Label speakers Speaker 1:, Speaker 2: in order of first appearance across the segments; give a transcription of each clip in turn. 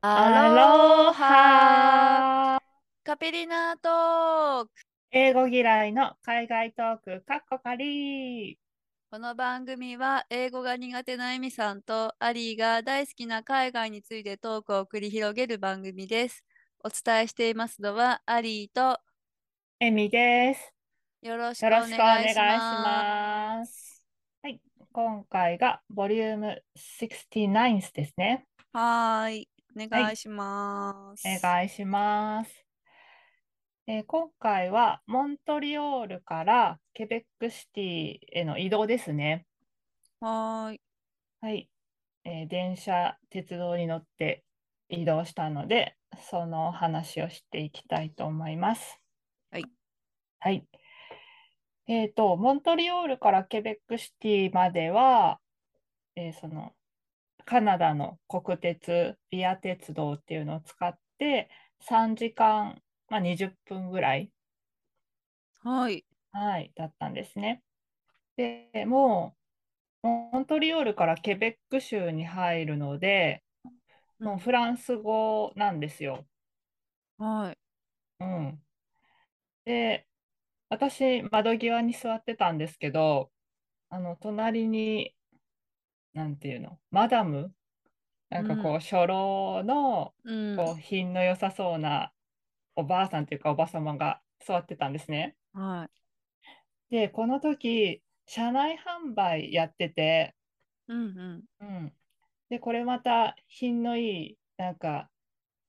Speaker 1: アロハカペリナトーク
Speaker 2: 英語嫌いの海外トーク、カッコカリー。
Speaker 1: この番組は英語が苦手なエミさんとアリーが大好きな海外についてトークを繰り広げる番組です。お伝えしていますのはアリーと
Speaker 2: エミです。
Speaker 1: よろしくお
Speaker 2: よろしくお願
Speaker 1: 願
Speaker 2: い
Speaker 1: い
Speaker 2: し
Speaker 1: します。
Speaker 2: ます。はい、今回がボリューム69ですね。
Speaker 1: はーい。お願いします。
Speaker 2: お願いします。えー今回はモントリオールからケベックシティへの移動ですね。
Speaker 1: はーい。
Speaker 2: はい、えー電車、鉄道に乗って移動したので、そのお話をしていきたいと思います。
Speaker 1: はい。
Speaker 2: はい。えっと、モントリオールからケベックシティまでは、えーその、カナダの国鉄、ビア鉄道っていうのを使って、3時間、まあ、20分ぐらい
Speaker 1: はい。
Speaker 2: はい、だったんですね。で、もう、モントリオールからケベック州に入るので、もうフランス語なんですよ。
Speaker 1: はい。
Speaker 2: うん。で、私、窓際に座ってたんですけど、あの、隣に、なんていうの、マダムなんかこう、初老の、
Speaker 1: うん。
Speaker 2: こう、品の良さそうなおばあさんというか、おばさまが座ってたんですね。
Speaker 1: はい。
Speaker 2: で、この時、車内販売やってて、
Speaker 1: うんうん。
Speaker 2: うん。で、これまた品のいい、なんか、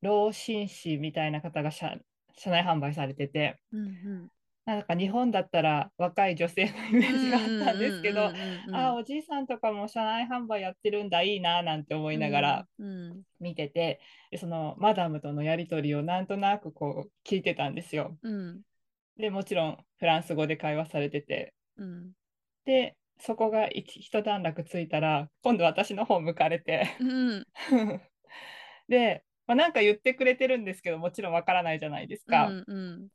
Speaker 2: 老紳士みたいな方が車、車内販売されてて、
Speaker 1: うん うん。
Speaker 2: なんか日本だったら若い女性のイメージがあったんですけど、
Speaker 1: うんうんうんうんうん、
Speaker 2: あ、おじいさんとかも車内販売やってるんだ、いいな、なんて思いながら
Speaker 1: うんうん
Speaker 2: 見てて、でそのマダムとのやりとりをなんとなくこう聞いてたんですよ。
Speaker 1: うん
Speaker 2: で、もちろんフランス語で会話されてて、
Speaker 1: うん
Speaker 2: で、そこが一一段落ついたら、今度私の方向かれて、
Speaker 1: うん
Speaker 2: で、まあ、なんか言ってくれてるんですけど、もちろんわからないじゃないですか。
Speaker 1: うんうん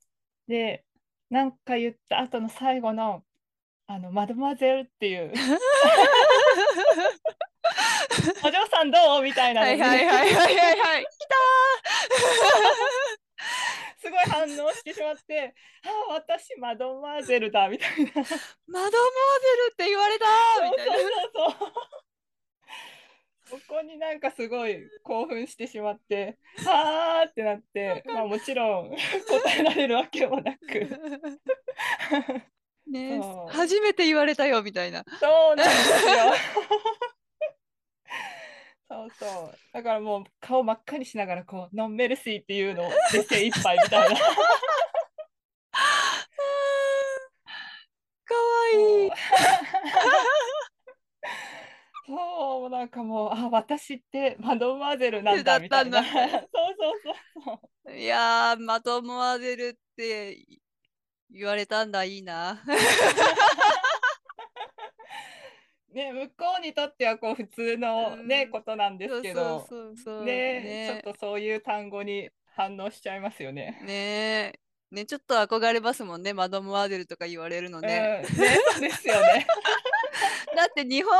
Speaker 2: で、なんか言った後の最後の、あの、マドマゼルっ ていう、お嬢さんどうみたいなの
Speaker 1: は
Speaker 2: に、
Speaker 1: いはいはいはいはいはい。
Speaker 2: すごい反応してしまって、あ、私マドマゼルだ、みたいな。そう
Speaker 1: マドモーゼルって言われたみたいな。
Speaker 2: そうそうそう。 ここになんかすごい興奮してしまって、はーってなって、まあもちろん 答えられるわけもなく。
Speaker 1: ねえ
Speaker 2: そう
Speaker 1: 初めて言われたよみたいな。
Speaker 2: そうなんですよ。 そうそう。だからもう顔真っ赤にしながらこう、ノンメルシーっていうのをで精一杯みたい な。
Speaker 1: かわいい。
Speaker 2: そう、もうなんかもう、あ、私ってマドマーゼルなんだみたい
Speaker 1: だ
Speaker 2: な。
Speaker 1: っ
Speaker 2: そう
Speaker 1: たんだ
Speaker 2: そうそうそう。
Speaker 1: いやー、マドモアゼルって言われたんだ、いいな。
Speaker 2: ね、向こうにとってはこう普通のね、
Speaker 1: うん
Speaker 2: ことなんですけど、
Speaker 1: そうそうそうそう。
Speaker 2: ね、
Speaker 1: ね
Speaker 2: ちょっとそういう単語に反応しちゃいますよね。
Speaker 1: ねえ。ね、ちょっと憧れますもんね、マドモアゼルとか言われるの
Speaker 2: うん、
Speaker 1: ね。
Speaker 2: ね、そうですよね。
Speaker 1: だって日本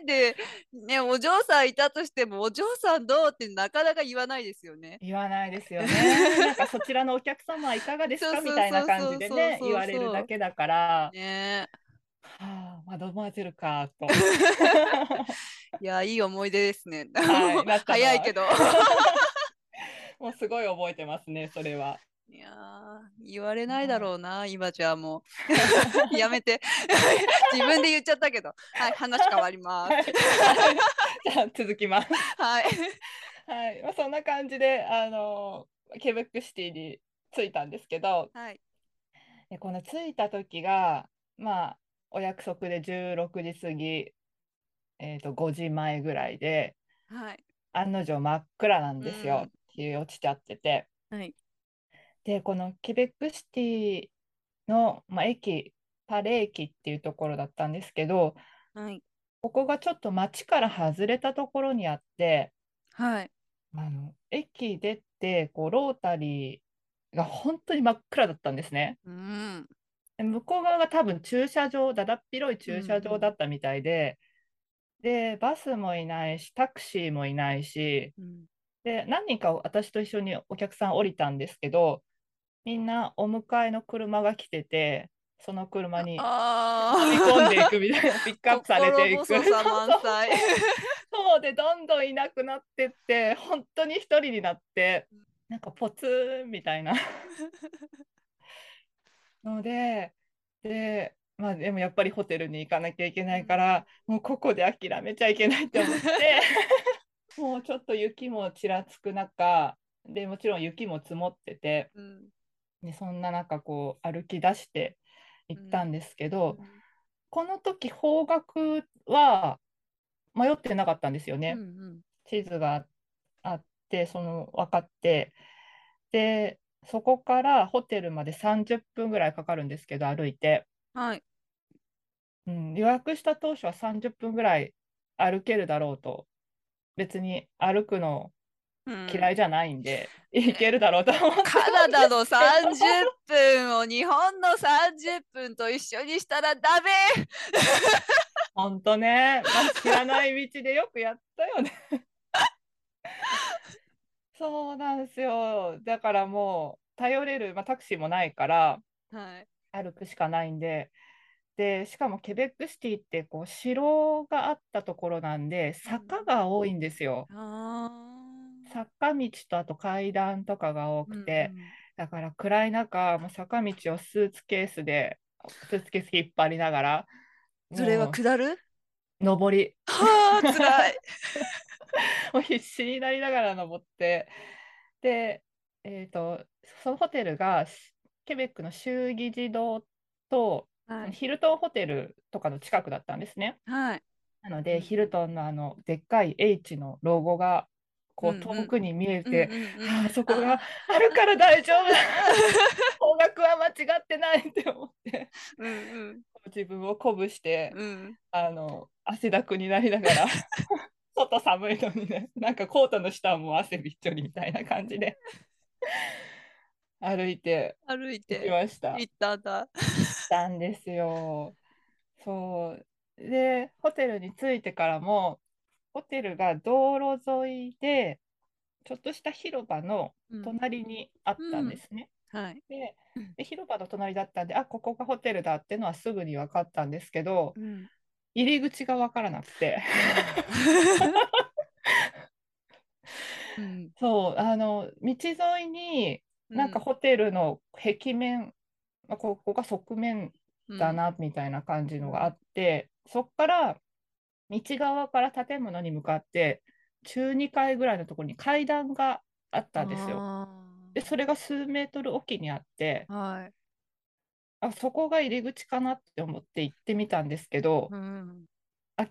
Speaker 1: 人で、ね、お嬢さんいたとしても、お嬢さんどうってなかなか言わないですよね。
Speaker 2: 言わないですよね。なんかそちらのお客様はいかがです
Speaker 1: そ
Speaker 2: か
Speaker 1: うそう
Speaker 2: みたいな感じでね、
Speaker 1: そうそうそうそう
Speaker 2: 言われるだけだから、
Speaker 1: ね
Speaker 2: はあ、マドマーゼルか と。
Speaker 1: え。いや、いい思い出ですね。
Speaker 2: はいなったな
Speaker 1: 早い けど。
Speaker 2: もうすごい覚えてますね、それは。
Speaker 1: いやー言われないだろうな、今じゃあもう。 やめて。自分で言っちゃったけど。はい、話変わり ま
Speaker 2: はい
Speaker 1: す。
Speaker 2: じゃあ続きます。
Speaker 1: はい。
Speaker 2: はい、まあ、そんな感じで、あのケベックシティに着いたんですけど、
Speaker 1: はい。
Speaker 2: でこの着いた時が、まあ、お約束で16時過ぎ、えー、と5時前ぐらいで、
Speaker 1: はい。
Speaker 2: 案の定真っ暗なんですよ。日落ちちゃってて。
Speaker 1: はい。
Speaker 2: で、このケベックシティの、まあ、駅、パレ駅っていうところだったんですけど、
Speaker 1: はい。
Speaker 2: ここがちょっと街から外れたところにあって、
Speaker 1: はい。
Speaker 2: あの駅出てこうロータリーが本当に真っ暗だったんですね。
Speaker 1: うん。
Speaker 2: で向こう側が多分駐車場、だだっ広い駐車
Speaker 1: うんう
Speaker 2: 場
Speaker 1: ん
Speaker 2: だったみたいで、で、バスもいないし、タクシーもいないし、
Speaker 1: うん
Speaker 2: で、何人か私と一緒にお客さん降りたんですけど、みんなお迎えの車が来てて、その車に
Speaker 1: あ
Speaker 2: 飛び込んでいくみたいな、ピックアップされていく。
Speaker 1: 心細さ満載。
Speaker 2: そうでどんどんいなくなってって本当に一人になってなんかポツンみ たいなのでで,、まあ、でもやっぱりホテルに行かなきゃいけないから、もうここで諦めちゃいけないって思って もうちょっと雪もちらつく中でもちろん雪も積もってて
Speaker 1: うん
Speaker 2: でそんな中こう歩き出して行ったんですけど、この時方角は迷ってなかったんですよね。
Speaker 1: うんうん
Speaker 2: 地図があってその分かってでそこからホテルまで30分ぐらいかかるんですけど歩いて、
Speaker 1: はい。
Speaker 2: うん、予約した当初は30分ぐらい歩けるだろうと別に歩くの嫌
Speaker 1: い。
Speaker 2: いじゃないんで、行けるだろうと思って
Speaker 1: カナダの30分を日本の30分と一緒にしたらダメ
Speaker 2: 本当ね、まあ知らない道でよくやったよ ね。そうなんですよだからもう頼れる、まあ、タクシーもないから
Speaker 1: はい。
Speaker 2: 歩くしかないんで、で、しかもケベックシティってこう城があったところなんで、坂が多いんですよ。
Speaker 1: あ
Speaker 2: 坂道とあと階段とかが多
Speaker 1: あ。
Speaker 2: くて、だから暗い中、もう坂道をスーツケースで、スーツケース引っ張りながら、
Speaker 1: それは
Speaker 2: も
Speaker 1: 下る
Speaker 2: う上り、
Speaker 1: はあ、つら い。
Speaker 2: もう必死になりながら登って、で、えーと、そのホテルがしケベックの州議事堂と
Speaker 1: は。
Speaker 2: ヒルトンホテルとかの近くだったんですね。
Speaker 1: はい。
Speaker 2: なの
Speaker 1: うん
Speaker 2: で、ヒルトンのあのでっかい H のロゴがこ
Speaker 1: うんう
Speaker 2: うん遠くに見え
Speaker 1: うん
Speaker 2: て、
Speaker 1: うんうん
Speaker 2: ああそこがあるから大丈夫だ、方角は間違ってないって思って、
Speaker 1: うんうん
Speaker 2: 自分を鼓舞して、
Speaker 1: うん。
Speaker 2: あの汗だくになりなが ら、外寒いのにね、なんかコートの下はもう汗びっちょりみたいな感じで、歩いて
Speaker 1: 歩い
Speaker 2: 行き
Speaker 1: て
Speaker 2: ました。
Speaker 1: 行ったんだ。
Speaker 2: ったんですよ。そう。で、ホテルに着いてからも、ホテルが道路沿いで、ちょっとした広場の
Speaker 1: うん
Speaker 2: 隣にあったんですね。
Speaker 1: はい。
Speaker 2: で
Speaker 1: うん
Speaker 2: で、広場の隣だったんで、あ、ここがホテルだってのはすぐに分かったんですけど、
Speaker 1: うん。
Speaker 2: 入り口が分からなくて、
Speaker 1: うん
Speaker 2: そう、あの、道沿いに、なんかホテルの壁面、まあここが側面だ。なみたいな感じのがあって、そっから道側から建物に向かって中2階ぐらいのところに階段があったんですよ。
Speaker 1: よ。
Speaker 2: でそれが数メートルおきにあって
Speaker 1: はい。
Speaker 2: あそこが入り口かなって思って行ってみたんですけど
Speaker 1: うん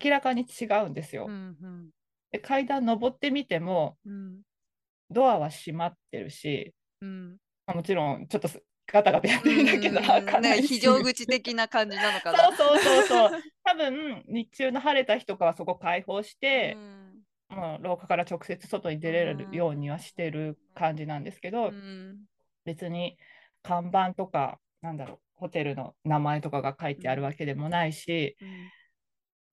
Speaker 2: 明らかに違うんですよ
Speaker 1: う。ん
Speaker 2: で階段登ってみても
Speaker 1: うん
Speaker 2: ドアは閉まってるし
Speaker 1: うん。
Speaker 2: まあもちろんちょっとすガタガタやってるだけど開か な
Speaker 1: ね
Speaker 2: いし
Speaker 1: 非常口的な感じなのかな。
Speaker 2: そうそうそうそう多分日中の晴れた日とかはそこ開放して。
Speaker 1: うん
Speaker 2: もう廊下から直接外に出れるようにはしてる感じなんですけ
Speaker 1: う
Speaker 2: ど、
Speaker 1: ん
Speaker 2: 別に看板とか、なんだろう、ホテルの名前とかが書いてあるわけでもないし、
Speaker 1: うん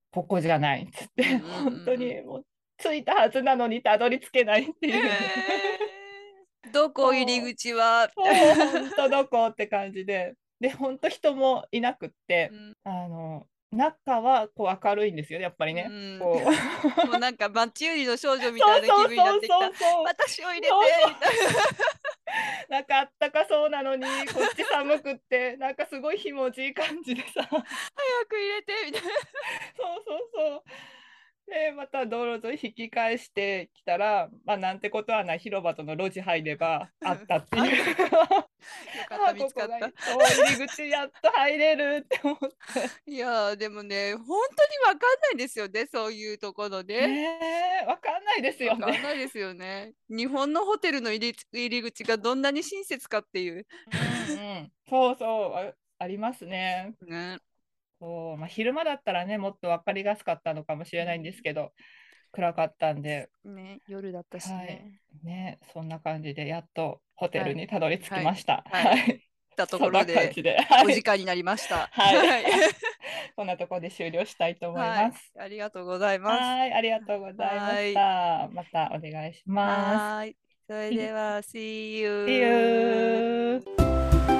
Speaker 2: ここじゃないっつって、
Speaker 1: うんうんうんうん
Speaker 2: 本当にもう着いたはずなのにたどり着けないって
Speaker 1: へ
Speaker 2: いう、
Speaker 1: ー どこ入り口は。
Speaker 2: もう本当どこって感じで、で、本当人もいなくって
Speaker 1: う、ん
Speaker 2: あの中はこう明るいんですよね、やっぱりね。
Speaker 1: うん
Speaker 2: こう
Speaker 1: もうなんかマッチ売りの少女み
Speaker 2: そ
Speaker 1: た
Speaker 2: う
Speaker 1: いな気
Speaker 2: そう
Speaker 1: 分にな
Speaker 2: そ
Speaker 1: っ
Speaker 2: う
Speaker 1: てき
Speaker 2: そ
Speaker 1: た
Speaker 2: う。そう
Speaker 1: 私を入れて
Speaker 2: そうそう
Speaker 1: みたい
Speaker 2: なんかあったかそうなのにこっち寒くってなんかすごいひもじい感じでさ そう
Speaker 1: 早く入れてみたいな。
Speaker 2: そうそうでまた道路沿い引き返してきたらまあなんてことはない広場との路地入ればあったっていう
Speaker 1: よかっ
Speaker 2: あ
Speaker 1: た
Speaker 2: こ
Speaker 1: 見つか
Speaker 2: こ
Speaker 1: っ
Speaker 2: が
Speaker 1: た。
Speaker 2: そう入り口やっと入れるって思っ
Speaker 1: いやーでもね本当にわかんないですよねそういうところ
Speaker 2: て
Speaker 1: ね。
Speaker 2: ねえわかんないですよ
Speaker 1: わかん
Speaker 2: ね。
Speaker 1: ないですよね。日本のホテルの入り入り口がどんなに親切かっていう。
Speaker 2: うんうん、そうそうあありますね。
Speaker 1: ね。
Speaker 2: そうまあ、昼間だったらねもっと分かりやすかったのかもしれないんですけど暗かったんで。
Speaker 1: ね夜だったしね。
Speaker 2: ね、そんな感じでやっとホテルにたどり着きました。
Speaker 1: はいはい
Speaker 2: い、
Speaker 1: 行ったと
Speaker 2: そ
Speaker 1: こ
Speaker 2: ん
Speaker 1: ろ
Speaker 2: な感
Speaker 1: で
Speaker 2: じで、は
Speaker 1: お時
Speaker 2: い、
Speaker 1: 間になりました。
Speaker 2: はいこんなところで終了したいと思い
Speaker 1: は
Speaker 2: ま
Speaker 1: い
Speaker 2: す。。
Speaker 1: ありがとうございます。
Speaker 2: はい、ありがとうございました。またお願いします。
Speaker 1: はーい。それでは、See you.
Speaker 2: See you.